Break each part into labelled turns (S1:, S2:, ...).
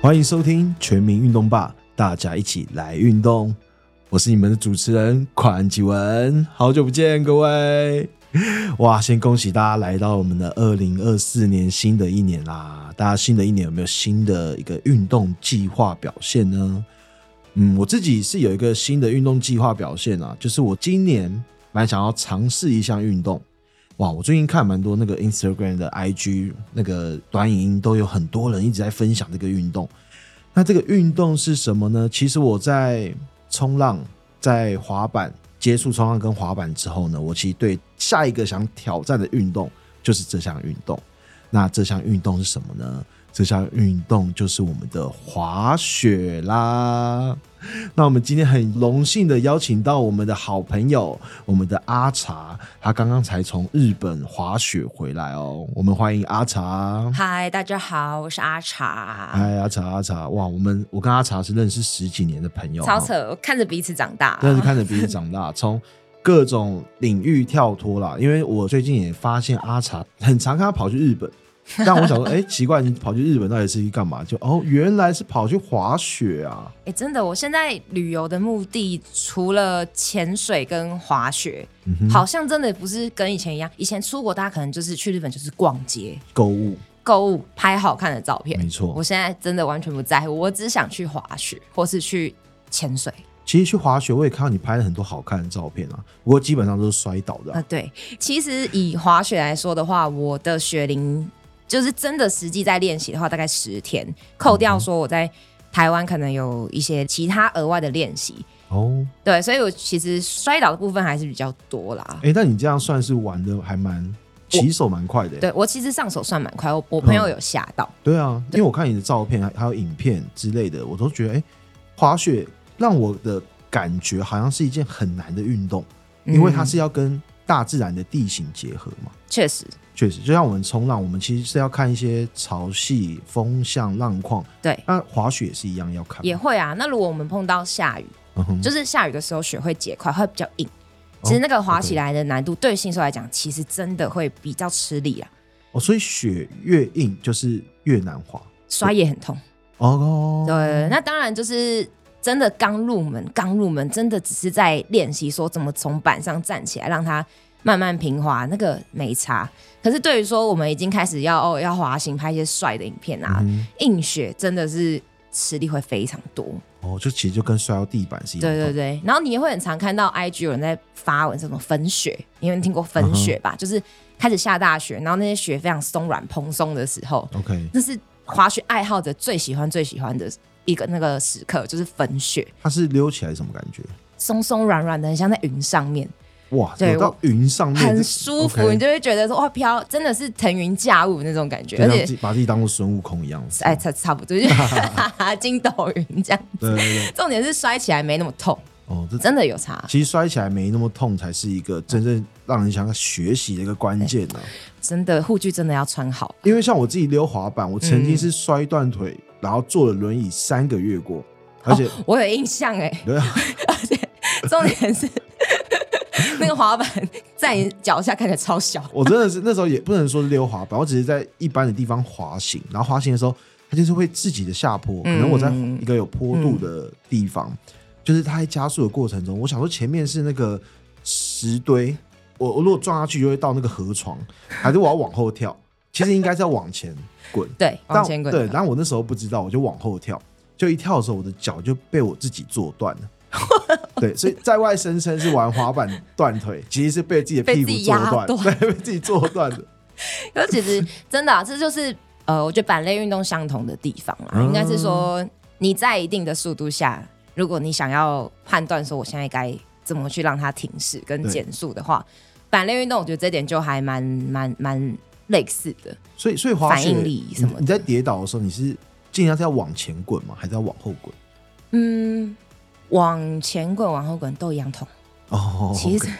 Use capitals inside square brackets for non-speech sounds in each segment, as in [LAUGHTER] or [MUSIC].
S1: 欢迎收听《全民运动吧》，大家一起来运动。我是你们的主持人款启文，好久不见各位！哇，先恭喜大家来到我们的二零二四年新的一年啦！大家新的一年有没有新的一个运动计划表现呢？嗯，我自己是有一个新的运动计划表现啊，就是我今年蛮想要尝试一项运动。哇，我最近看蛮多那个 Instagram 的 IG 那个短影音，都有很多人一直在分享这个运动。那这个运动是什么呢？其实我在冲浪、在滑板接触冲浪跟滑板之后呢，我其实对下一个想挑战的运动就是这项运动。那这项运动是什么呢？这项运动就是我们的滑雪啦。那我们今天很荣幸的邀请到我们的好朋友，我们的阿茶，他刚刚才从日本滑雪回来哦。我们欢迎阿茶。
S2: 嗨，大家好，我是阿茶。
S1: 嗯哎，阿茶阿茶，哇，我们我跟阿茶是认识十几年的朋友，
S2: 超扯，啊看着彼此长大。
S1: 真的是看着彼此长大， [LAUGHS] 从各种领域跳脱啦。因为我最近也发现阿茶很常看他跑去日本，但我想
S2: [LAUGHS]
S1: 说，哎、奇怪，你跑去日本到底是去干嘛？就哦，原来是跑去滑雪啊！
S2: 哎、真的，我现在旅游的目的除了潜水跟滑雪，
S1: 嗯
S2: 好像真的不是跟以前一样。以前出国，大家可能就是去日本就是逛街、
S1: 购物，
S2: 购物、拍好看的照片
S1: 没。错
S2: 我。现在真的完全不在乎，我只想去滑雪或是去潜水。
S1: 其实去滑雪，我也看到你拍了很多好看的照片啊，不过基本上都是摔倒的
S2: 啊、
S1: 啊、
S2: 对，其实以滑雪来说的话，我的雪龄就是真的实际在练习的话，大概十天，扣掉说我在台湾可能有一些其他额外的练习，
S1: 哦。
S2: 对，所以我其实摔倒的部分还是比较多啦。
S1: 哎、那你这样算是玩的还蛮起手蛮快的、欸。
S2: 对我其实上手算蛮快，我我朋友有吓到，
S1: 对啊，因为我看你的照片还还有影片之类的，我都觉得哎、诶滑雪让我的感觉好像是一件很难的运动，
S2: 嗯
S1: 因为它是要跟大自然的地形结合嘛。
S2: 确实
S1: 确实，就像我们冲浪，我们其实是要看一些潮汐、风向、浪况。
S2: 对。
S1: 那滑雪也是一样要看嘛，
S2: 也会啊，那如果我们碰到下雨，
S1: 嗯哼
S2: 就是下雨的时候雪会结块，会比较硬。其实那个滑起来的难度，对新手来讲，其实真的会比较吃力啊，
S1: 哦，所以雪越硬就是越难滑。
S2: 摔也很痛。
S1: 哦，
S2: 对，那当然就是真的刚入门，刚入门真的只是在练习说怎么从板上站起来，让它慢慢平滑，那个没差。可是对于说我们已经开始要哦要滑行拍一些帅的影片啊，硬雪真的是吃力会非常多。
S1: 哦，就其实就跟摔到地板是一样
S2: 对
S1: 的。
S2: 对对，然后你也会很常看到 IG 有人在发文什么粉雪，你们听过粉雪吧？就是开始下大雪，然后那些雪非常松软蓬松的时候，
S1: OK，
S2: 那是滑雪爱好者最喜欢最喜欢的一个那个时刻，就是粉雪，
S1: 它是溜起来是什么感觉？
S2: 松松软软的，很像在云上面，
S1: 哇，
S2: 对
S1: 有到云上面
S2: 很
S1: 这
S2: 舒服
S1: OK
S2: 你就会觉得说哇飘，真的是腾云驾雾那种感觉，
S1: 就
S2: 而
S1: 像自
S2: 且
S1: 己把自己当做孙悟空一样。
S2: 哎差差不多就是 [LAUGHS] 筋斗云这样
S1: 对对
S2: 子。
S1: 对，
S2: 重点是摔起来没那么痛，
S1: 哦，这
S2: 真的有差。
S1: 其实摔起来没那么痛，才是一个真正让人想要学习的一个关键呢、
S2: 真的护具真的要穿好，
S1: 因为像我自己溜滑板，我
S2: 嗯
S1: 曾经是摔断腿，然后坐了轮椅三个月过，而且、
S2: 我有印象哎、
S1: 对啊，
S2: 而且重点是 [LAUGHS] 那个滑板在你脚下看起来超小，
S1: 我真的是那时候也不能说是溜滑板，我只是在一般的地方滑行，然后滑行的时候，它就是会自己的下坡，可能我在一个有坡度的地方，就是它在加速的过程中，我想说前面是那个石堆，我我如果撞下去就会到那个河床，还是我要往后跳？其实应该是要往前滚，
S2: 对，
S1: 但
S2: 往前滚，
S1: 对，然后我那时候不知道，我就往后跳，就一跳的时候，我的脚就被我自己坐断了。对，所以在外声称是玩滑板断腿，其实是被自己的
S2: 被
S1: 屁
S2: 自
S1: 股
S2: 己
S1: 坐
S2: 压
S1: 断，
S2: 断
S1: 对，被自己坐断的。
S2: 可是
S1: [LAUGHS]
S2: 其实真的、啊，这就是呃，我觉得板类运动相同的地方啦，
S1: 嗯
S2: 应该是说你在一定的速度下，如果你想要判断说我现在该怎么去让它停止跟
S1: 对
S2: 减速的话，板类运动我觉得这点就还蛮蛮蛮类似的。
S1: 所以，所以滑雪
S2: 反应力什
S1: 你
S2: 么的
S1: 你在跌倒的时候，你是尽量是要往前滚吗？还是要往后滚？
S2: 嗯，往前滚，往后滚都一样痛。
S1: 哦，
S2: 其实
S1: OK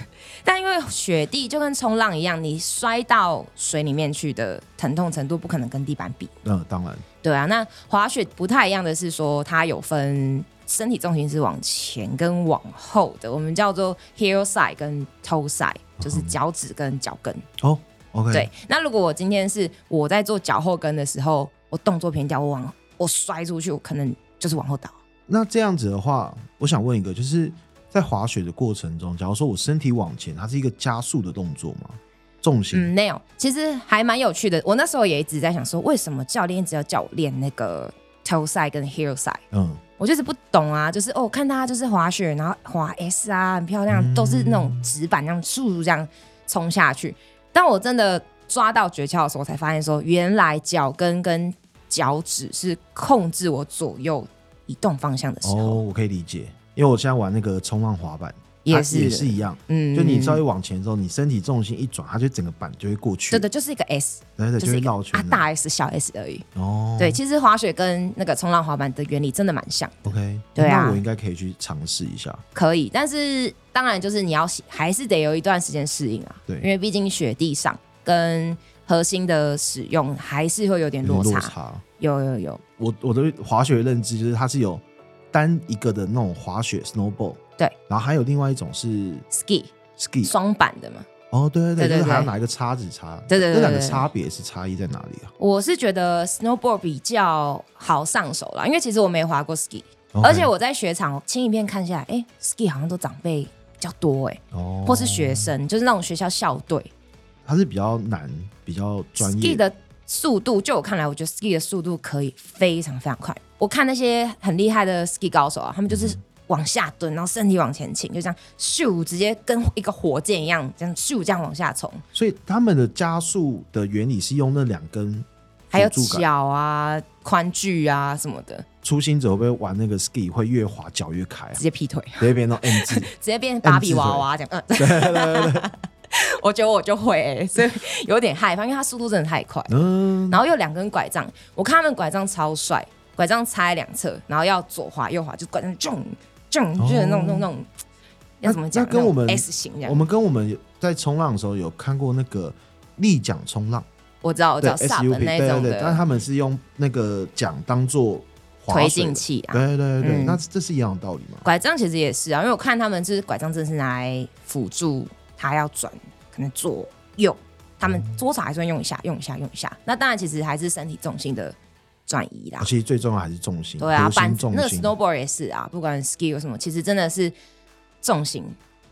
S2: 但因为雪地就跟冲浪一样，你摔到水里面去的疼痛程度不可能跟地板比。
S1: 嗯，当然，
S2: 对啊，那滑雪不太一样的是说，它有分身体重心是往前跟往后的，我们叫做 heel side 跟 toe side，就是脚趾跟脚跟。
S1: 哦，OK，
S2: 对，那如果我今天是我在做脚后跟的时候，我动作偏掉，我往我摔出去，我可能就是往后倒。
S1: 那这样子的话，我想问一个，就是在滑雪的过程中，假如说我身体往前，它是一个加速的动作吗？重心、
S2: 嗯，没有，其实还蛮有趣的。我那时候也一直在想说，为什么教练一直要叫我练那个 toe side 跟 heel side？
S1: 嗯，
S2: 我就是不懂啊，就是哦，看他就是滑雪，然后滑 S 啊，很漂亮，
S1: 嗯
S2: 都是那种直板那样速这样冲下去。当我真的抓到诀窍的时候，我才发现说，原来脚跟跟脚趾是控制我左右移动方向的时
S1: 哦，
S2: 候，
S1: 我可以理解，因为我现在玩那个冲浪滑板，它
S2: 也
S1: 也
S2: 是，
S1: 是一样，
S2: 嗯
S1: 就你稍微往前之后，你身体重心一转，它就整个板就会过去，
S2: 对的，就是一个 S，
S1: 对对，就
S2: 就
S1: 是会
S2: 一个
S1: 绕圈
S2: 啊
S1: 了。
S2: 大 S 小 S 而已。
S1: 哦，
S2: 对，其实滑雪跟那个冲浪滑板的原理真的蛮像的。
S1: ，OK，
S2: 对啊
S1: 那我应该可以去尝试一下。
S2: 可以，但是当然就是你要喜还是得有一段时间适应啊，
S1: 对
S2: 因为毕竟雪地上跟核心的使用还是会有点
S1: 有点嗯落
S2: 落差，
S1: 差，
S2: 有有有，
S1: 我我对滑雪的认知就是它是有单一个的那种滑雪 snowboard，
S2: 对，
S1: 然后还有另外一种是
S2: ski
S1: ski，
S2: 双板的嘛，
S1: 哦，对对
S2: 对对
S1: 就是还要
S2: 对
S1: 拿一个叉子叉，
S2: 对对对
S1: 那两个
S2: 对对
S1: 差别是差异在哪里啊？
S2: 我是觉得 snowboard 比较好上手啦，因为其实我没滑过 ski，、
S1: OK，
S2: 而且我在雪场亲一遍看下来，哎、s k i 好像都长辈比较多哎、
S1: 哦，
S2: 或是学生，就是那种学校校队
S1: 它是比较难，比较专业
S2: ski 的速度，就我看来，我觉得 ski 的速度可以非常非常快。我看那些很厉害的 ski 高手啊，他们就是
S1: 嗯
S2: 往下蹲，然后身体往前倾，就这样咻，直接跟一个火箭一样，这样咻这样往下冲。
S1: 所以他们的加速的原理是用那两根。
S2: 还有
S1: 辅助杆
S2: 脚啊、宽距啊什么的，
S1: 初心者会不会玩那个 ski 会越滑脚越
S2: [LAUGHS]
S1: 开、啊
S2: 直，接劈腿，
S1: 直接变到 M
S2: [LAUGHS]
S1: 字？
S2: 直接变
S1: 哎
S2: 芭比娃娃这样。嗯， [LAUGHS] 我觉得我就会、欸，所以有点害怕，因为他速度真的太快。
S1: 嗯，
S2: 然后又两根拐杖，我看他们拐杖超帅，拐杖插在两侧，然后要左滑右滑，就拐杖撞撞，
S1: 哦
S2: 就是那种那种那种，要怎么讲？
S1: 那跟我们
S2: 那种 S 型这样，
S1: 我们跟我们在冲浪的时候有看过那个立桨冲浪，
S2: 我知道我知
S1: 对
S2: 道
S1: SUP，
S2: sub
S1: 对
S2: 那一
S1: 对
S2: 种
S1: 对，但
S2: 的
S1: 他们是用那个桨当做
S2: 推进器啊。
S1: 对对对对，
S2: 嗯
S1: 那这是一样的道理嘛？
S2: 拐杖其实也是啊，因为我看他们就是拐杖，真的是拿来辅助他要转，可能左右，他
S1: 哦
S2: 们多少还是会用一下，用一下，用一下。那当然，其实还是身体重心的转移啦
S1: 啊。其实最重要还是重心，
S2: 对啊，
S1: 核
S2: 板
S1: 心重
S2: 那个
S1: 心。
S2: snowboard 也是啊，不管 ski 有什么，其实真的是重心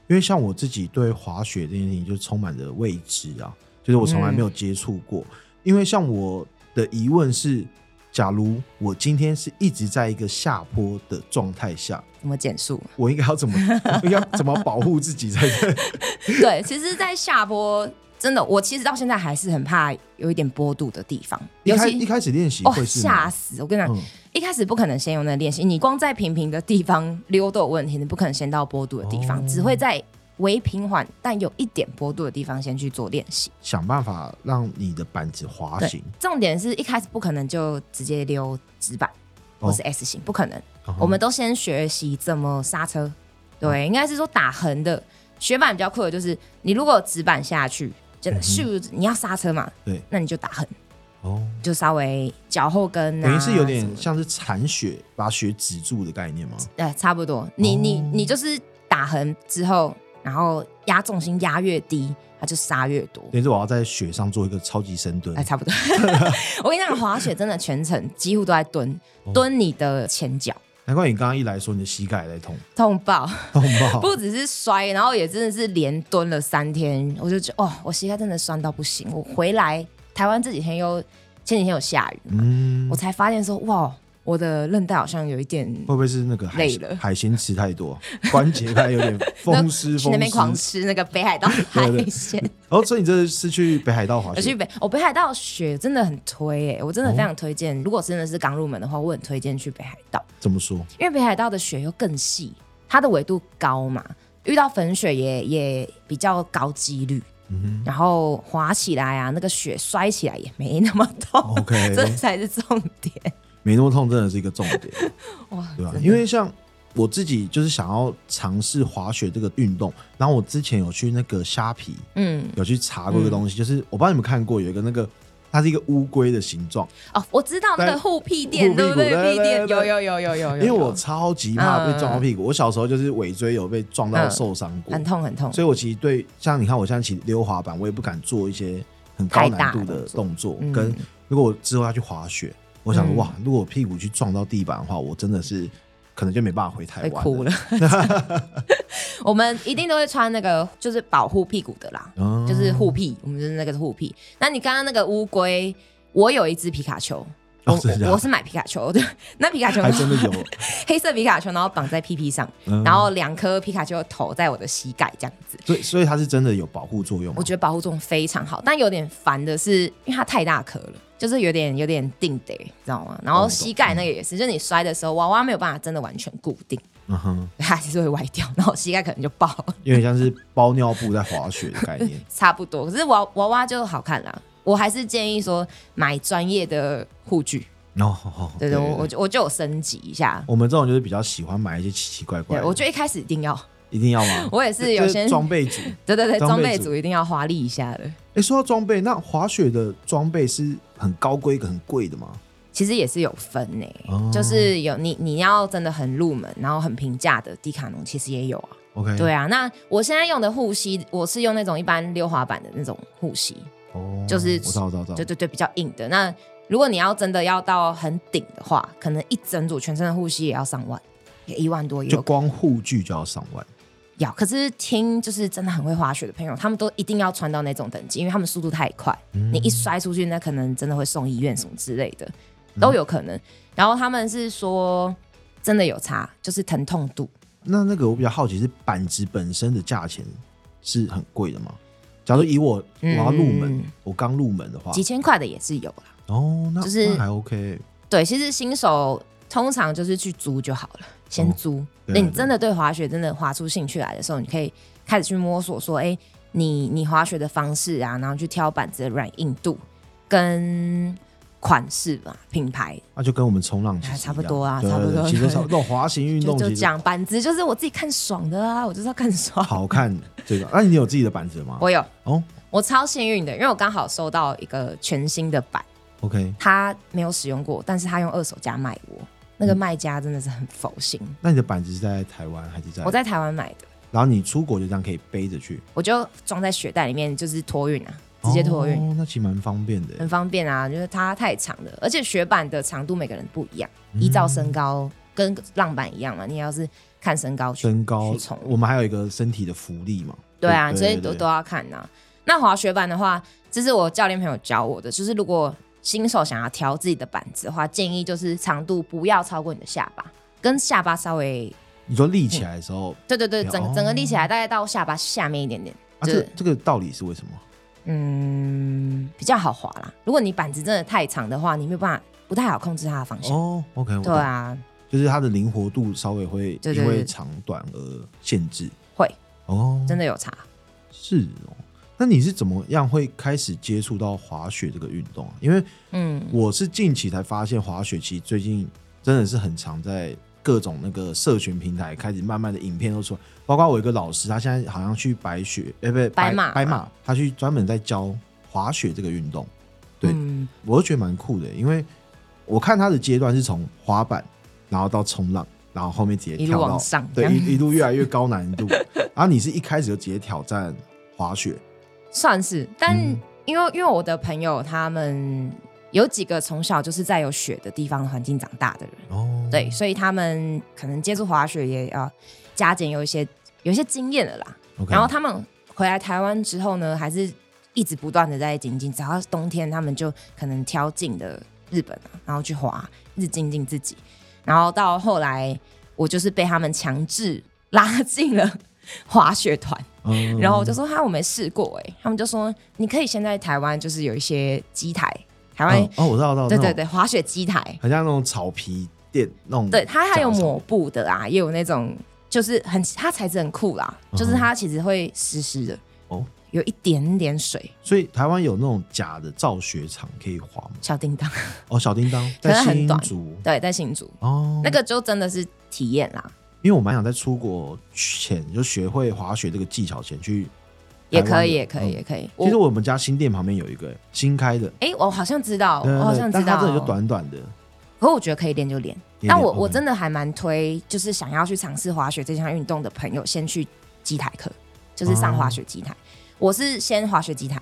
S1: 因为像我自己对滑雪这件事情就充满着未知啊，就是我从来没有接触过。因为像我的疑问是，假如我今天是一直在一个下坡的状态下，
S2: 怎么减速。 [LAUGHS]
S1: 我应该要怎么， [LAUGHS] 我应该要怎么保护自己才对？
S2: 对，其实，在下坡真的，我其实到现在还是很怕有一点坡度的地方，
S1: 一
S2: 尤
S1: 开一
S2: 其
S1: 开始练习
S2: 哦
S1: 会是
S2: 吓
S1: 吗
S2: 死！我跟你讲，
S1: 嗯
S2: 一开始不可能先用那练习，你光在平平的地方溜都有问题，你不可能先到坡度的地方，
S1: 哦
S2: 只会在微平缓但有一点坡度的地方先去做练习。
S1: 想办法让你的板子滑
S2: 对
S1: 行。
S2: 重点是一开始不可能就直接溜直板
S1: 哦
S2: 或是 S 型，不可能。
S1: 嗯哼
S2: 我们都先学习怎么刹车。对，应该是说打横的雪板比较酷的，就是你如果直板下去，
S1: 嗯
S2: 真的咻，你要刹车嘛，
S1: 对，
S2: 那你就打横，
S1: 哦，
S2: 就稍微脚后跟、啊，
S1: 等于是有
S2: 什么
S1: 点
S2: 的，
S1: 像是铲雪，把雪止住的概念吗？
S2: 对，差不多。你你
S1: 哦
S2: 你就是打横之后，然后压重心压越低，它就刹越多。
S1: 等于是我要在雪上做一个超级深蹲
S2: 哎，，差
S1: [LAUGHS]
S2: 不多。我跟你讲，滑雪真的全程几乎都在蹲，
S1: 哦
S2: 蹲你的前脚，
S1: 难怪你刚刚一来说你的膝盖也在
S2: [LAUGHS]
S1: 痛，
S2: 痛爆。
S1: 痛爆。
S2: 不只是摔，然后也真的是连蹲了三天，我就觉得哦，我膝盖真的酸到不行。我回来台湾这几天又前几天有下雨，
S1: 嗯
S2: 我，才发现说哇，我的韧带好像有一点
S1: 会不会是那个海
S2: 累了
S1: 海鲜吃太多， [LAUGHS] 关节它有点风湿
S2: 去
S1: 风
S2: [LAUGHS] 那边狂
S1: 湿？
S2: 吃那个北海道海
S1: [LAUGHS] 对
S2: 鲜。
S1: 哦，所以你这是去北海道滑
S2: 我去
S1: 雪？
S2: 北，我北海道雪真的很推诶、我
S1: 哦
S2: 真的非常推荐。如果真的是刚入门的话，我很推荐去北海道，
S1: 怎么说？
S2: 因为北海道的雪又更细，它的纬度高嘛，遇到粉雪也也比较高几率。
S1: 嗯
S2: 然后滑起来啊，那个雪摔起来也没那么痛。
S1: 哼，OK，
S2: [LAUGHS] 这才是重点。
S1: 没那么痛真的是一个重点，
S2: [LAUGHS] 哇，
S1: 对吧？因为像我自己就是想要尝试滑雪这个运动，然后我之前有去那个虾皮，
S2: 嗯，
S1: 有去查过一个东西，就是我不知道你们看过有一个那个，它是一个乌龟的形状，
S2: 哦，我知道那
S1: 但
S2: 个护屁垫，对不
S1: 护屁股对
S2: 对？屁
S1: 对
S2: 垫有
S1: 对
S2: 有有有有有，嗯
S1: 因为我超级怕被撞到屁股，我小时候就是尾椎有被撞到受伤过，
S2: 很痛很痛，
S1: 所以我其实对像你看我现在骑溜滑板，我也不敢做一些很高难度的动作，
S2: 太大的动作
S1: 跟如果我之后要去滑雪，我想说
S2: 嗯
S1: 哇，如果我屁股去撞到地板的话，我真的是可能就没办法回台
S2: 会
S1: 湾，
S2: 哭了。 [LAUGHS]
S1: [LAUGHS]
S2: 我们一定都会穿那个就是保护屁股的啦，
S1: 嗯，
S2: 就是护屁，我们就是那个护屁。那你刚刚那个乌龟，我有一只皮卡丘。我
S1: 哦真的假的
S2: 我我是买皮卡丘的， [LAUGHS] 那皮卡丘
S1: 还真的有，
S2: [LAUGHS] 黑色皮卡丘，然后绑在屁屁上，
S1: 嗯
S2: 然后两颗皮卡丘的头在我的膝盖这样子。
S1: 所以所以它是真的有保护作用吗。啊
S2: 我觉得保护作用非常好，但有点烦的是，因为它太大颗了，就是有点有点定得，知道吗？然
S1: 哦我
S2: 后
S1: 懂
S2: 膝盖那个也是，就是你摔的时候，娃娃没有办法真的完全固定，
S1: 嗯哼，
S2: 它还是会歪掉，然后膝盖可能就爆了，。
S1: 有点像是包尿布在滑雪的概念
S2: [LAUGHS] 差不多。可是娃娃娃就好看啦，我还是建议说买专业的护具，
S1: 哦哦，哦
S2: 对对，我我就我就有升级一下。
S1: 我们这种就是比较喜欢买一些奇奇怪怪
S2: 对，
S1: 的，
S2: 我觉得一开始一定要，
S1: 一定要吗？
S2: [LAUGHS] 我也是有
S1: 这
S2: 些
S1: 装备组。
S2: 对对对，
S1: 装
S2: 装
S1: 备
S2: 备
S1: 组
S2: 组一定要华丽一下的。
S1: 哎，说到装备，那滑雪的装备是很高规格、很贵的吗？
S2: 其实也是有分呢、
S1: 哦
S2: 就是有你你要真的很入门，然后很平价的迪卡侬其实也有啊。
S1: OK，
S2: 对啊，那我现在用的护膝，我是用那种一般溜滑板的那种护膝，
S1: 哦，
S2: 就是
S1: 我知道，我知道，我知
S2: 对
S1: 道，
S2: 对对，比较硬的。那如果你要真的要到很顶的话，可能一整组全身的护膝也要上万，也一万多也
S1: 就
S2: 有
S1: 光护具就要上万。
S2: 要。可是听就是真的很会滑雪的朋友，他们都一定要穿到那种等级，因为他们速度太快，你一摔出去，那可能真的会送医院什么之类的，都有可能。然后他们是说真的有差，就是疼痛度。
S1: 那那个我比较好奇是板子本身的价钱是很贵的吗？假如以我我要入门，
S2: 嗯
S1: 我刚入门的话
S2: 几，千块的也是有啦。
S1: 哦，那
S2: 就是
S1: 那还 OK，
S2: 对，其实新手通常就是去租就好了，先租。
S1: 对啊
S2: 那你
S1: 对啊
S2: 真的对滑雪真的滑出兴趣来的时候，你可以开始去摸索说，哎、你你滑雪的方式啊，然后去挑板子的软硬度跟款式吧，品牌
S1: 那就跟我们冲浪其实
S2: 哎差不
S1: 一样
S2: 多啊
S1: 对
S2: 差不
S1: 对对
S2: 多
S1: 其实差不多。滑行运
S2: 就
S1: 动
S2: 就
S1: 其
S2: 这
S1: 实
S2: 样。板子就是我自己看爽的啊，我就是要看爽。
S1: 好看这个。那你有自己的板子吗？
S2: [LAUGHS] 我有，
S1: 哦
S2: 我超幸运的，因为我刚好收到一个全新的板，
S1: ，OK，
S2: 他没有使用过，但是他用二手价卖我，那个
S1: 嗯
S2: 卖家真的是很佛心。
S1: 那你的板子是在台湾还是在
S2: 我？在台湾买的。
S1: 然后你出国就这样可以背着去，
S2: 我就装在雪袋里面，就是托运啊，直接托运，
S1: 哦，那其实蛮方便的
S2: 很。方便啊。就是它太长了，而且雪板的长度每个人不一样，依照身高跟浪板一样嘛，你要是看身高去
S1: 身高
S2: 去从，
S1: 我们还有一个身体的浮力嘛。
S2: 对啊，所以
S1: 对
S2: 都
S1: 对
S2: 都要看呐、那滑雪板的话，这是我教练朋友教我的，就是如果新手想要调自己的板子的话，建议就是长度不要超过你的下巴，跟下巴稍微，
S1: 你说立起来的时候，
S2: 对对对，
S1: 了
S2: 整
S1: 哦
S2: 整个立起来大概到下巴下面一点点，
S1: 啊，
S2: 就
S1: 这
S2: 是
S1: 这个道理是为什么？
S2: 嗯，比较好滑啦。如果你板子真的太长的话，你没有办法，不太好控制它的方向。
S1: 哦，OK，我
S2: 对
S1: 懂，
S2: 啊，
S1: 就是它的灵活度稍微会
S2: 对对
S1: 因为
S2: 对
S1: 长短而限制。
S2: 会
S1: 哦，
S2: 真的有差。
S1: 是哦。那你是怎么样会开始接触到滑雪这个运动啊？因为
S2: 嗯，
S1: 我是近期才发现滑雪，其实最近真的是很常在各种那个社群平台开始慢慢的影片都出来，包括我一个老师，他现在好像去白雪，哎、不对，
S2: 白马
S1: 白马，他去专门在教滑雪这个运动，对
S2: 嗯
S1: 我就觉得蛮酷的，因为我看他的阶段是从滑板，然后到冲浪，然后后面直接
S2: 一
S1: 跳
S2: 路
S1: 到
S2: 往上
S1: 对，
S2: 这样
S1: 一一路越来越高难度， [LAUGHS] 然后你是一开始就直接挑战滑雪，
S2: 算是。但
S1: 嗯
S2: 因为因为我的朋友他们有几个从小就是在有雪的地方环境长大的人，
S1: 哦，
S2: 对，所以他们可能接触滑雪也要加减有一些有一些经验了啦。
S1: ，OK，
S2: 然后他们回来台湾之后呢，还是一直不断的在精进，只要是冬天他们就可能挑近的日本啊，然后去滑，一直精进自己。然后到后来，我就是被他们强制拉进了 [LAUGHS] 滑雪团，
S1: 嗯
S2: 然后我就说哈，我没试过哎、他们就说你可以先在台湾就是有一些机台，台湾、
S1: 嗯哦，我知道，我知道，
S2: 对
S1: 那种
S2: 对对滑雪机台，
S1: 很像那种草皮店那种。
S2: 对，它还有
S1: 假的草
S2: 抹布的啊，也有那种就是很它材质很酷啦，就是它其实会湿湿的
S1: 嗯哦
S2: 哦，有一点点水，
S1: 所以台湾有那种假的造雪场可以滑吗？
S2: 小叮当。
S1: 哦，小叮当
S2: 可
S1: 在
S2: 能很
S1: 新
S2: 短
S1: 竹
S2: 对，在新竹、
S1: 哦，
S2: 那个就真的是体验啦，
S1: 因为我蛮想在出国前就学会滑雪这个技巧前去。
S2: 也可以，也
S1: 台
S2: 可
S1: 湾的
S2: 以，也可以。
S1: 嗯其实
S2: 我
S1: 我们家新店旁边有一个新开的，
S2: 哎、我好像知道，
S1: 对对
S2: 我好
S1: 对
S2: 像知
S1: 但它
S2: 道，
S1: 这里就短短的。
S2: 可我觉得可以练就练。
S1: 也
S2: 但我
S1: 也
S2: 我
S1: OK
S2: 真的还蛮推，就是想要去尝试滑雪这项运动的朋友，先去机台课，就是上
S1: 哦
S2: 滑雪机台。我是先滑雪机台，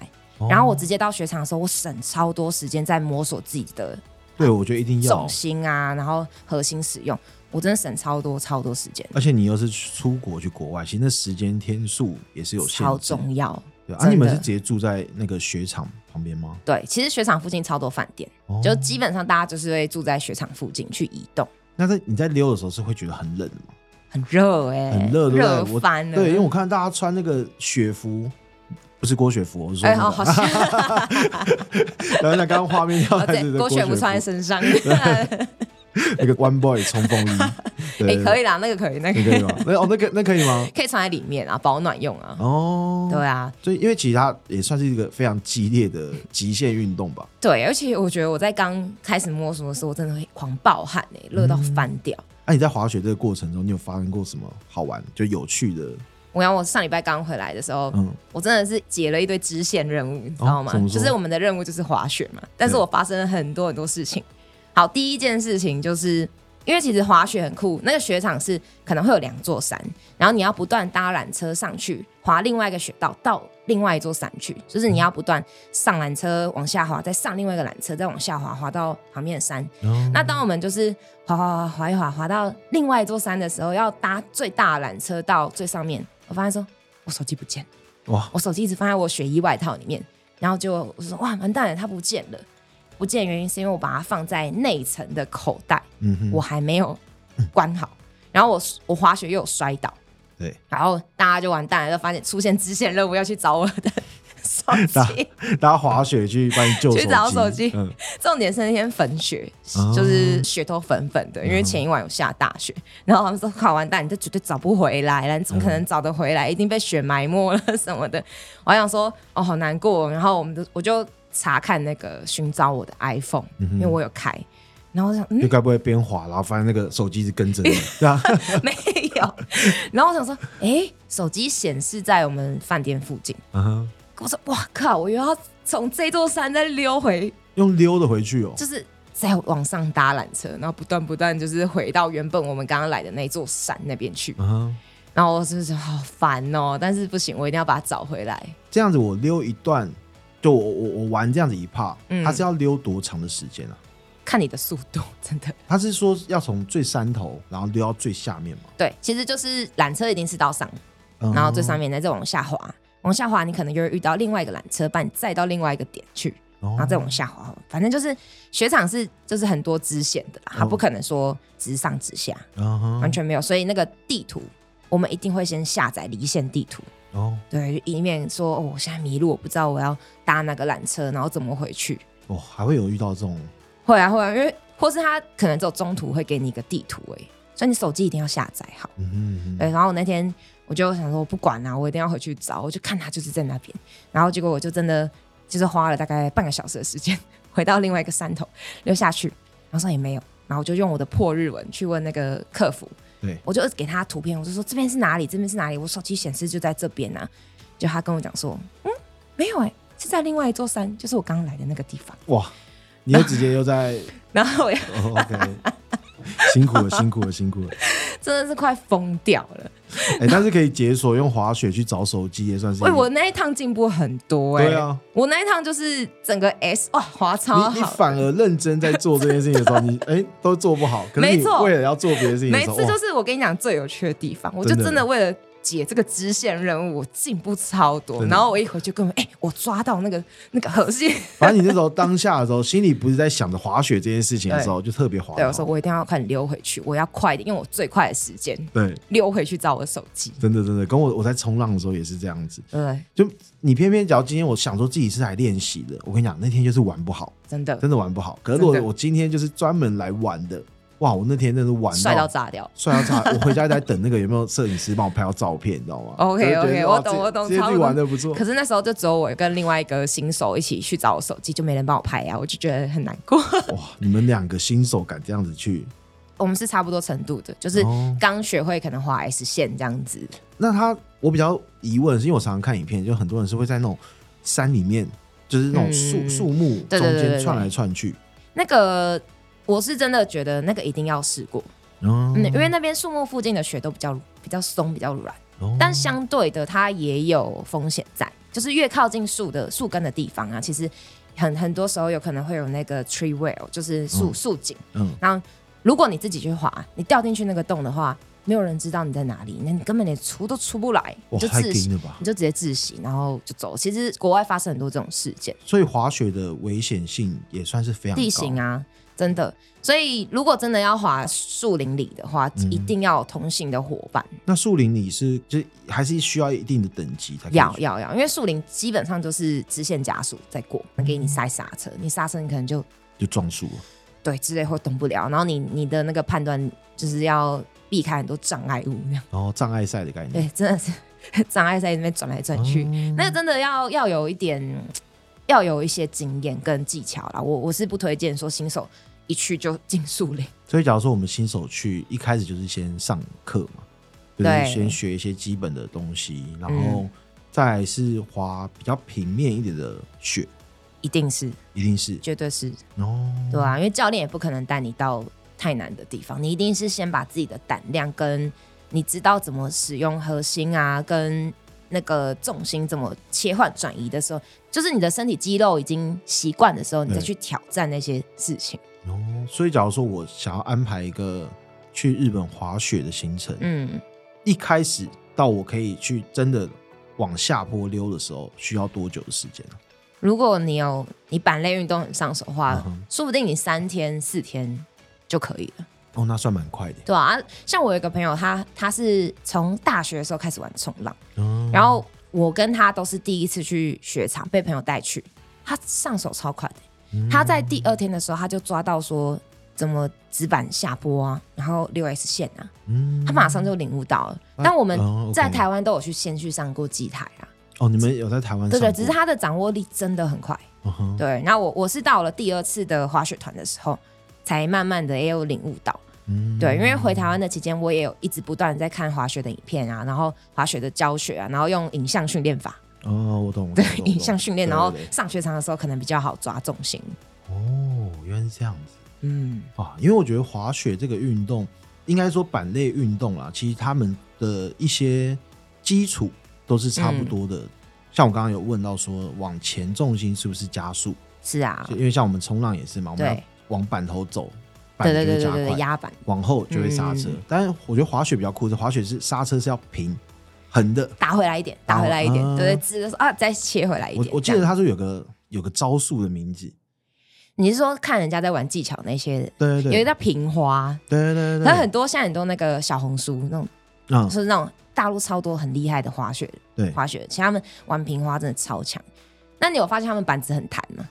S2: 然后我直接到雪场的时候，我省超多时间在摸索自己的
S1: 对，我觉得一定要
S2: 重，心啊，然后核心使用，我真的省超多超多时间，
S1: 而且你又是出国去国外，其实那时间天数也是有限
S2: 超
S1: 制。
S2: 重要。
S1: 对啊，
S2: 真
S1: 你们
S2: 的
S1: 是直接住在那个雪场旁边吗？
S2: 对，其实雪场附近超多饭店，
S1: 哦
S2: 就基本上大家就是会住在雪场附近去移动，
S1: 那在你在溜的时候是会觉得很冷的吗？
S2: 很热哎、
S1: 很热，对
S2: 热
S1: 不对？我
S2: 翻了。
S1: 对，因为我看大家穿那个雪服，不是郭雪服，我是说
S2: 哎，
S1: 那个、
S2: 好好笑，
S1: 然后那刚刚画面要
S2: 对
S1: [LAUGHS] 看，
S2: 郭雪不穿在
S1: [LAUGHS]
S2: 身上， [LAUGHS] 哎，
S1: 那个 One Boy 冲锋衣，对，
S2: 可以啦，那个可以，那
S1: 对，
S2: 个
S1: 对那可以吗？那哦，那个那可以吗？
S2: 可以穿在里面啊，保暖用啊。
S1: 哦，
S2: 对啊，
S1: 所以因为其实它也算是一个非常激烈的极限运动吧。
S2: 对，而且我觉得我在刚开始摸索的时候，我真的会狂暴汗哎、热到
S1: 嗯
S2: 翻掉。
S1: 那、你在滑雪这个过程中，你有发生过什么好玩就有趣的？
S2: 我想我上礼拜刚回来的时候，
S1: 嗯，
S2: 我真的是解了一堆支线任务，你知道吗？
S1: 怎么说
S2: 就是我们的任务就是滑雪嘛，但是我发生了很多很多事情。好，第一件事情就是。因为其实滑雪很酷，那个雪场是可能会有两座山，然后你要不断搭缆车上去，滑另外一个雪道到另外一座山去，就是你要不断上缆车往下滑，再上另外一个缆车，再往下滑，滑到旁边的山。
S1: 嗯
S2: 那当我们就是滑滑滑滑一滑，滑到另外一座山的时候，要搭最大的缆车到最上面，我发现说我手机不见了。
S1: 哇，
S2: 我手机一直放在我雪衣外套里面，然后就我就说哇，完蛋了，它不见了。不见的原因是因为我把它放在内层的口袋，
S1: 嗯哼，
S2: 我还没有关好。然后我我滑雪又有摔倒，
S1: 对，
S2: 然后大家就完蛋了，就发现出现支线任务要去找我的手
S1: [LAUGHS]
S2: 机。
S1: 大家滑雪去帮你救手机，
S2: 去找手机啊
S1: 嗯，
S2: [LAUGHS] 重点是那天粉雪，
S1: 哦
S2: 就是雪都粉粉的，因为前一晚有下大雪。然后他们说：“靠，完蛋，你这绝对找不回来了，你怎么可能找得回来？一定被雪埋没了什么的。”我还想说：“哦，好难过。”然后我们就我就查看那个寻找我的 iPhone，、因为我有开。然后我想，嗯，
S1: 就该不会边滑，然后发现那个手机一直跟着你，对啊，
S2: 没有。 [LAUGHS] 然后我想说，诶，手机显示在我们饭店附近。
S1: [LAUGHS] 嗯哼
S2: 我说，哇靠，我又要从这座山再溜回
S1: 用溜的回去哦，
S2: 就是在往上搭缆车，然后不断不断就是回到原本我们刚刚来的那座山那边去。
S1: 嗯哼。
S2: 然后我就是觉得好烦哦，但是不行，我一定要把它找回来。
S1: 这样子我溜一段，就我我我玩这样子一趴，
S2: 嗯
S1: 它是要溜多长的时间啊？
S2: 看你的速度， [LAUGHS] 真的
S1: 它是说要从最山头，然后溜到最下面嘛？
S2: 对，其实就是缆车一定是到上，
S1: 嗯
S2: 然后最上面再再往下滑，往下滑你可能就会遇到另外一个缆车，把你载到另外一个点去，
S1: 然
S2: 然后再往下滑。反正就是雪场是就是很多支线的啦，它
S1: 哦
S2: 不可能说直上直下，
S1: 完
S2: 完全没有。所以那个地图我们一定会先下载离线地图，
S1: 哦，
S2: 对，以免说哦，我现在迷路，我不知道我要搭哪个缆车，然后怎么回去。
S1: 哦，还会有遇到这种
S2: 会啊，会啊，因为或是他可能只有中途会给你一个地图哎、所以你手机一定要下载好。
S1: 嗯
S2: 对，然后我那天我就想说，我不管啦、我一定要回去找，我就看他就是在那边，然后结果我就真的就是花了大概半个小时的时间， [LAUGHS] 回到另外一个山头溜下去，然后说也没有，然后我就用我的破日文去问那个客服，
S1: 对
S2: 我就给他图片，我就说这边是哪里，这边是哪里，我手机显示就在这边啊，就他跟我讲说，嗯，没有哎、是在另外一座山，就是我刚刚来的那个地方，
S1: 哇，你又直接又在
S2: [LAUGHS] 然后我也 [LAUGHS]
S1: 哦 OK，辛苦了，辛苦了，辛苦了。
S2: 真的是快疯掉了。
S1: 哎，但是可以解锁用滑雪去找手机，也算是一
S2: 喂，
S1: 个
S2: 我那一趟进步很多哎、
S1: 对啊，
S2: 我那一趟就是整个 S 哇滑超
S1: 你你
S2: 好，
S1: 反而认真在做这件事情的时候，
S2: [LAUGHS]
S1: 你哎都做不好，可是
S2: 没
S1: 你
S2: 错
S1: 为了要做别的事情的
S2: 每
S1: 时候，
S2: 次就
S1: 哇
S2: 是我跟你讲最有趣的地方，我就
S1: 真的
S2: 真的为了解这个支线任务，我进步超多。
S1: 真的
S2: 然后我一回去跟我哎、我抓到那个那个核心， [LAUGHS]
S1: 反正你那时候当下的时候，心里不是在想着滑雪这件事情的时候，就特别滑。
S2: 对我说我一定要快点溜回去，我要快一点，用我最快的时间
S1: 对，
S2: 溜回去找我手机。
S1: 真的真的，跟我我在冲浪的时候也是这样子。
S2: 对，
S1: 就你偏偏只要今天我想说自己是来练习的，我跟你讲，那天就是玩不好，
S2: 真的
S1: 真的玩不好。可是如果
S2: 真的
S1: 我今天就是专门来玩的，哇，我那天真的是玩
S2: 帅到炸掉。
S1: 帅到炸！我回家在等那个有没有摄影师帮我拍到照片，你知道吗
S2: OK，
S1: 就会觉得
S2: OK，
S1: 哇
S2: 我懂
S1: 这
S2: 我懂
S1: 这些
S2: 超
S1: 自己
S2: 懂
S1: 玩的不错
S2: 可。是那时候就只有我跟另外一个新手一起去找我手机，就没人帮我拍呀、我就觉得很难
S1: [LAUGHS]
S2: 过。
S1: 哇，你们两个新手敢这样子去，
S2: 我们是差不多程度的，就是
S1: 哦
S2: 刚学会可能画 S 线这样子。
S1: 那他我比较疑问，是因为我常常看影片，就很多人是会在那种山里面，就是那种树
S2: 嗯
S1: 树木
S2: 对对
S1: 中
S2: 对对
S1: 间
S2: 对
S1: 窜来窜去。
S2: 那个我是真的觉得那个一定要试过，
S1: 嗯
S2: 嗯，因为那边树木附近的雪都比较比较松、比较软，
S1: 哦
S2: 但相对的它也有风险在，就是越靠近树的树根的地方啊，其实很很多时候有可能会有那个 tree well，就是树
S1: 嗯
S2: 树井。
S1: 嗯，
S2: 然后如果你自己去滑，你掉进去那个洞的话，没有人知道你在哪里，那你根本连出都出不来，你
S1: 哇，
S2: 就
S1: 太
S2: 窒息，
S1: 惊了吧
S2: 你！就直接窒息，然后就走。其实国外发生很多这种事件，
S1: 所以滑雪的危险性也算是非常高
S2: 地形啊，真的。所以如果真的要滑树林里的话，
S1: 嗯
S2: 一定要有同行的伙伴，
S1: 那树林里是就是还是需要一定的等级才可以
S2: 要
S1: 去
S2: 要要，因为树林基本上就是直线加速在过，给你塞刹车，你刹车你可能就
S1: 就撞树啊了。
S2: 对之类会动不了，然后你你的那个判断就是要避开很多障碍物那样。
S1: 然后障碍赛的概念，
S2: 对，真的是 [LAUGHS] 障碍在那边转来转去，
S1: 哦
S2: 那个真的要要有一点，要有一些经验跟技巧啦。我我是不推荐说新手一去就进树林，
S1: 所以假如说我们新手去，一开始就是先上课嘛，就是
S2: 对
S1: 先学一些基本的东西，然
S2: 嗯
S1: 后再来是滑比较平面一点的雪，
S2: 一定是，
S1: 一定是
S2: 绝对是，
S1: 哦，
S2: 对啊，因为教练也不可能带你到太难的地方，你一定是先把自己的胆量跟你知道怎么使用核心啊，跟那个重心怎么切换转移的时候，就是你的身体肌肉已经习惯的时候，你再
S1: 对
S2: 去挑战那些事情。
S1: 哦，所以假如说我想要安排一个去日本滑雪的行程，
S2: 嗯，
S1: 一开始到我可以去真的往下坡溜的时候，需要多久的时间呢？啊
S2: 如果你有你板类运动很上手的话，
S1: 嗯哼
S2: 说不定你三天四天就可以了，
S1: 哦，那算蛮快的。
S2: 对啊，啊像我有一个朋友，他他是从大学的时候开始玩冲浪，
S1: 嗯，
S2: 然后我跟他都是第一次去雪场，被朋友带去，他上手超快的。
S1: 嗯
S2: 他在第二天的时候，他就抓到说怎么直板下坡啊，然后六 S 线啊，
S1: 嗯
S2: 他马上就领悟到了。
S1: 啊
S2: 但我们
S1: 哦，OK
S2: 在台湾都有去先去上过机台啊，
S1: 哦，你们有在台湾上
S2: 对对，
S1: 过
S2: 只是他的掌握力真的很快。
S1: 嗯哼
S2: 对，那我我是到了第二次的滑雪团的时候，才慢慢的也有领悟到。
S1: 嗯
S2: 对，因为回台湾的期间，我也有一直不断地在看滑雪的影片啊，然后滑雪的教学啊，然后用影像训练法，
S1: 哦，我懂，我懂
S2: 对
S1: 我，懂
S2: [LAUGHS] 影像训练，然后
S1: 对对对
S2: 上雪场的时候可能比较好抓重心。
S1: 哦，原来是这样子
S2: 嗯，
S1: 啊，因为我觉得滑雪这个运动，应该说板类运动啦，其实他们的一些基础都是差不
S2: 嗯
S1: 多的。像我刚刚有问到说，往前重心是不是加速？
S2: 是啊，
S1: 就因为像我们冲浪也是嘛，我们要
S2: 对
S1: 往板头走，板就
S2: 对对
S1: 会
S2: 对
S1: 加
S2: 对
S1: 快，
S2: 对对，压板，
S1: 往后就会刹车。
S2: 嗯
S1: 但是我觉得滑雪比较酷，是滑雪是刹车是要平横的。
S2: 打回来一点，
S1: 打
S2: 打
S1: 回
S2: 回来一点，
S1: 啊
S2: 对对，直的时候啊，再切回来一
S1: 我
S2: 点。
S1: 我记
S2: 这
S1: 得
S2: 样
S1: 它是有个有个招数的名字，
S2: 你是说看人家在玩技巧那些，
S1: 对对
S2: 有一
S1: 对，
S2: 个叫平花，
S1: 对对对，
S2: 它很多现在很多那个小红书那种，
S1: 嗯
S2: 就是那种大陆超多很厉害的滑雪
S1: 对
S2: 滑雪，其实他们玩平花真的超强。那你有发现他们板子很弹吗？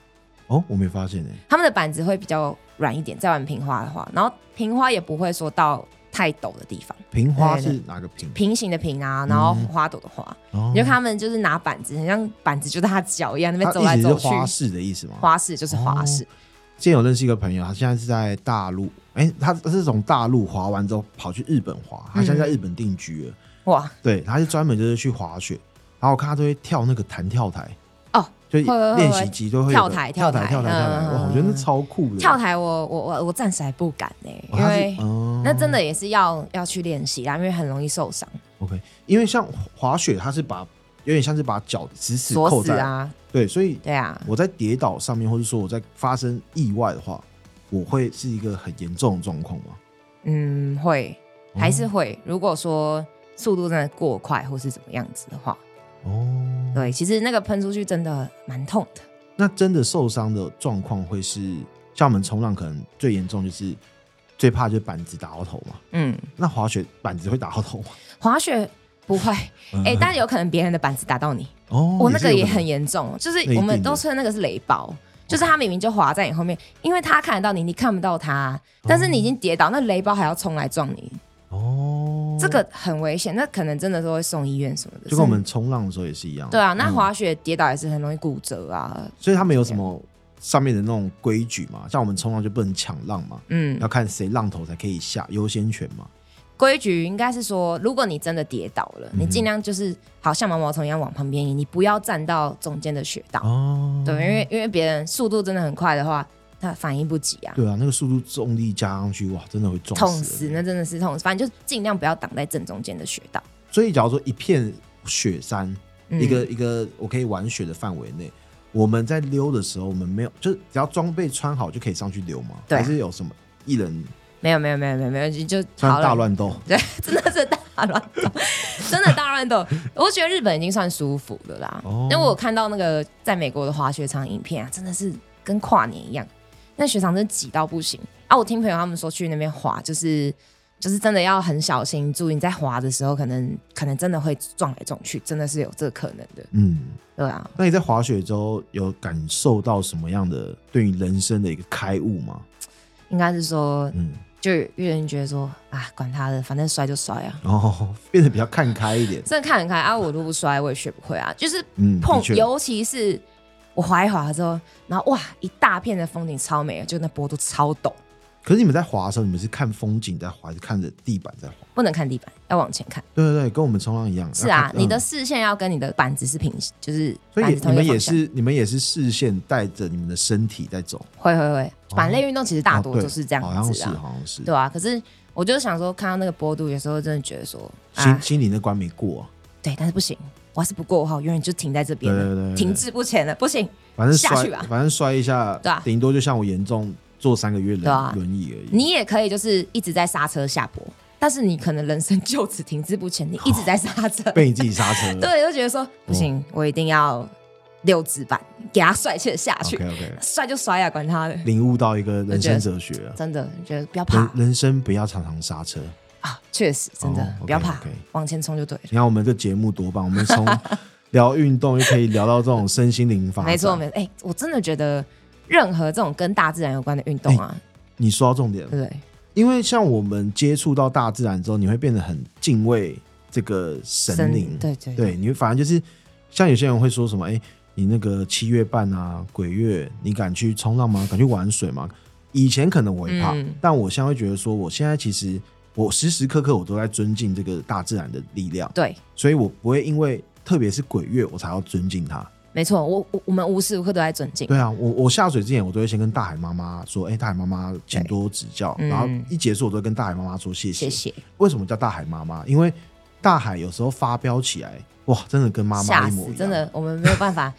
S1: 哦，我没发现哎、
S2: 他们的板子会比较软一点，在玩平花的话，然后平花也不会说到太陡的地方，
S1: 平花
S2: 对
S1: 是
S2: 对
S1: 哪个平？
S2: 平行的平啊，然后
S1: 嗯
S2: 花朵的花，
S1: 哦
S2: 你就看他们就是拿板子，很像板子就在他脚一样，那边走
S1: 它
S2: 来
S1: 一直
S2: 走
S1: 是
S2: 去。
S1: 花式的意思吗？
S2: 花式就是花
S1: 哦
S2: 式，
S1: 之前有认识一个朋友，他现在是在大陆，哎、他他是从大陆滑完之后跑去日本
S2: 嗯
S1: 滑，他现在在日本定居了。
S2: 哇，
S1: 对，他是专门就是去滑雪，然后我看他都会跳那个弹跳台，
S2: 哦，
S1: 就
S2: 会会会
S1: 练习机都会有
S2: 跳
S1: 个
S2: 台
S1: 跳
S2: 跳
S1: 台
S2: 台
S1: 跳台跳台，
S2: 嗯
S1: 哇，我觉得那超酷的。
S2: 跳台我我我我暂时还不敢呢、
S1: 哦，
S2: 因
S1: 他
S2: 为
S1: 是、嗯
S2: 那真的也是要要去练习啦，因为很容易受伤，
S1: OK，因为像滑雪，它是把有点像是把脚死死
S2: 锁
S1: 扣
S2: 死
S1: 在，
S2: 啊，
S1: 对，所以
S2: 对啊，
S1: 我在跌倒上面，或者说我在发生意外的话，我会是一个很严重的状况吗？
S2: 嗯，会
S1: 哦
S2: 还是会。如果说速度真的过快或是怎么样子的话，
S1: 哦，
S2: 对，其实那个喷出去真的蛮痛的。
S1: 那真的受伤的状况会是像我们冲浪可能最严重就是最怕就是板子打到头嘛。
S2: 嗯，
S1: 那滑雪板子会打到头吗？
S2: 滑雪不会， [LAUGHS] 哎、
S1: 嗯
S2: 但有可能别人的板子打到你，
S1: 哦，
S2: 我那个
S1: 是有
S2: 也
S1: 可能
S2: 很严重，就是
S1: 那一定
S2: 我们
S1: 的
S2: 都称那个是雷暴，就是他明明就滑在你后面，因为他看得到你，你看不到他，但是你已经跌倒，那雷暴还要冲来撞你，
S1: 哦，
S2: 这个很危险，那可能真的都会送医院什么的。
S1: 就跟我们冲浪的时候也是一样。
S2: 是对啊，那
S1: 嗯
S2: 滑雪跌倒也是很容易骨折啊，
S1: 所以他们有什么上面的那种规矩嘛？像我们冲浪就不能抢浪嘛，
S2: 嗯，
S1: 要看谁浪头才可以下优先权嘛。
S2: 规矩应该是说，如果你真的跌倒了，
S1: 嗯
S2: 你尽量就是好像毛毛虫一样往旁边移，你不要站到中间的雪道，
S1: 哦，
S2: 对，因为因为别人速度真的很快的话，他反应不及啊，
S1: 对啊，那个速度重力加上去，哇，真的会撞
S2: 痛
S1: 死
S2: 死，
S1: 人
S2: 那真的是痛死，反正就尽量不要挡在正中间的雪道。
S1: 所以假如说一片雪山，
S2: 嗯
S1: 一个一个我可以玩雪的范围内。我们在溜的时候，我们没有，就是只要装备穿好就可以上去溜吗？
S2: 对啊
S1: 还是有什么一人
S2: 没有没有没有没有没有就就
S1: 穿
S2: 好了
S1: 大乱斗？
S2: 对， [LAUGHS] 真的是大乱斗，真的大乱斗。我觉得日本已经算舒服的啦，
S1: 哦
S2: 因为我看到那个在美国的滑雪场影片啊，真的是跟跨年一样，那雪场真的挤到不行啊！我听朋友他们说去那边滑，就是就是真的要很小心，注意你在滑的时候，可能可能真的会撞来撞去，真的是有这个可能的，
S1: 嗯，
S2: 对啊。
S1: 那你在滑雪之后有感受到什么样的对你人生的一个开悟吗？
S2: 应该是说，
S1: 嗯，
S2: 就有人觉得说啊，管他的，反正摔就摔啊。
S1: 然后哦变得比较看开一点。
S2: 真的看很开啊！我如果不摔，我也学不会啊。就是
S1: 嗯，的
S2: 碰
S1: 确，
S2: 尤其是我滑一滑之后，然后哇，一大片的风景超美的，就那坡度超陡，
S1: 可是你们在滑的时候，你们是看风景在滑，还是看着地板在滑？
S2: 不能看地板，要往前看。
S1: 对对对，跟我们冲浪一样。
S2: 是
S1: 要
S2: 啊
S1: 看，
S2: 你的
S1: 嗯
S2: 视线要跟你的板子是平行，就是
S1: 所以
S2: 板
S1: 也
S2: 子
S1: 你
S2: 同
S1: 们
S2: 一个
S1: 也
S2: 方向。
S1: 是你们也是视线带着你们的身体在走，
S2: 会会会，板类运动其实大
S1: 哦
S2: 多
S1: 对
S2: 都是这样
S1: 好像
S2: 子
S1: 是哦
S2: 啊，
S1: 好像是，
S2: 对啊。可是我就想说，看到那个坡度，有时候真的觉得说啊
S1: 心，心里那关没过啊，
S2: 对，但是不行，我要是不过的话，我永远就停在这边
S1: 对对对
S2: 了，
S1: 对
S2: 停滞不前了，不行。
S1: 反正
S2: 下
S1: 摔
S2: 去吧
S1: 反正摔一下
S2: 对啊，
S1: 顶多就像我严重坐三个月
S2: 对啊
S1: 轮轮椅而已。
S2: 你也可以就是一直在刹车下坡，但是你可能人生就此停滞不前，你一直在刹车。
S1: 被哦你自己刹车了，
S2: [LAUGHS] 对，就啊觉得说不行，我一定要六指板给他帅气的下去
S1: o，k OK，
S2: 帅就摔啊，管他的，
S1: 领悟到一个人生哲学啊，
S2: 真的觉得不要
S1: 人
S2: 怕
S1: 人生不要常常刹车。
S2: 啊，确实真的、
S1: 哦，OK，
S2: 不要怕
S1: OK
S2: 往前冲就对了。
S1: 你看我们这节目多棒，我们从聊运动又可以聊到这种身心灵发展。
S2: 没错，没错，哎、我真的觉得任何这种跟大自然有关的运动啊，
S1: 你说到重点了
S2: 对，不对？
S1: 因为像我们接触到大自然之后，你会变得很敬畏这个神灵，
S2: 对对
S1: 对，你会反而就是像有些人会说什么，哎、你那个七月半啊、鬼月，你敢去冲浪吗？敢去玩水吗？以前可能我会怕，
S2: 嗯
S1: 但我现在会觉得说，我现在其实我时时刻刻我都在尊敬这个大自然的力量，
S2: 对，
S1: 所以我不会因为特别是鬼月我才要尊敬它。
S2: 没错，我我我们无时无刻都在尊敬，
S1: 对啊，我我下水之前我都会先跟大海妈妈说，哎、大海妈妈请
S2: 对
S1: 多指教，
S2: 嗯
S1: 然后一结束我都会跟大海妈妈说
S2: 谢谢。
S1: 为什么叫大海妈妈？因为大海有时候发飙起来，哇，真的跟妈妈
S2: 吓
S1: 一
S2: 死
S1: 模一！样。
S2: 真，的， [LAUGHS] 我们没有办法，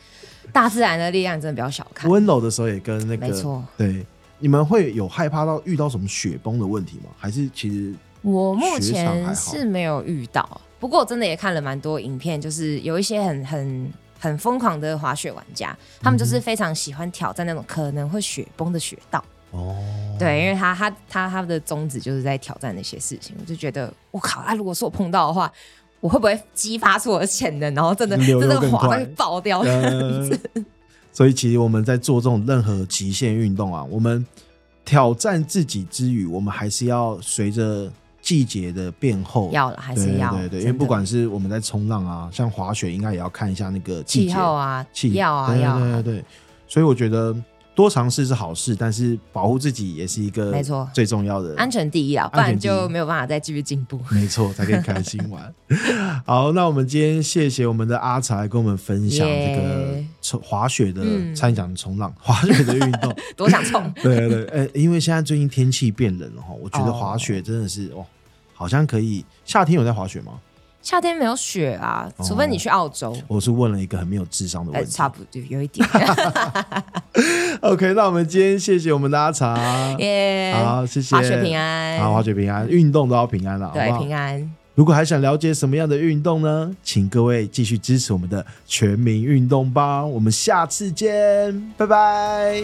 S2: 大自然的力量真的不要小看。
S1: 温柔的时候也跟那个
S2: 没错
S1: 对。你们会有害怕到遇到什么雪崩的问题吗？还是其实
S2: 我目
S1: 雪场还好
S2: 前是没有遇到，不过我真的也看了蛮多影片，就是有一些很很很疯狂的滑雪玩家，他
S1: 嗯
S2: 们就是非常喜欢挑战那种可能会雪崩的雪道。
S1: 哦，
S2: 对，因为他他他他的宗旨就是在挑战那些事情，我就觉得我靠，啊，如果说我碰到的话，我会不会激发出我的潜能，然后真的
S1: 流
S2: 真
S1: 得
S2: 的
S1: 更
S2: 滑
S1: 快
S2: 会爆掉？
S1: 呃 [LAUGHS] 所以其实我们在做这种任何极限运动啊，我们挑战自己之余，我们还是要随着季节的变后，
S2: [LAUGHS] 要了还
S1: 对
S2: 是要？
S1: 对对对，因为
S2: 真的
S1: 不管是我们在冲浪啊，像滑雪，应该也要看一下那个季
S2: 气
S1: 节
S2: 候啊，
S1: 气
S2: 要啊
S1: 对
S2: 要
S1: 对
S2: 啊
S1: 对，对，所以我觉得多尝试是好事，但是保护自己也是一个
S2: 没错
S1: 最重要的
S2: 安全第一啊，不
S1: 安
S2: 然
S1: 全第一
S2: 就没有办法再继续进步。 [LAUGHS]
S1: 没错，才可以开心玩。好，那我们今天谢谢我们的阿茶来跟我们分享这个
S2: 耶
S1: 冲滑雪的
S2: 嗯，
S1: 参讲冲浪、滑雪的运
S2: [LAUGHS]
S1: 动。
S2: 多想冲！
S1: [LAUGHS] 对对对，呃、因为现在最近天气变冷了哈，我觉得
S2: 哦
S1: 滑雪真的是哦，好像可以。夏天有在滑雪吗？
S2: 夏天没有雪啊，
S1: 哦
S2: 除非你去澳洲。
S1: 我是问了一个很没有智商的
S2: 呃，
S1: 问题
S2: 差。不多有一
S1: [LAUGHS]
S2: 点，
S1: OK，那我们今天谢谢我们的阿茶，
S2: [LAUGHS] 耶！
S1: 好，谢谢，
S2: 滑雪平安，
S1: 好，滑雪平安，运动都要平安了，
S2: 哎
S1: 好
S2: 对
S1: 不好
S2: 平安，
S1: 如果还想了解什么样的运动呢？请各位继续支持我们的全民运动吧，我们下次见，拜拜。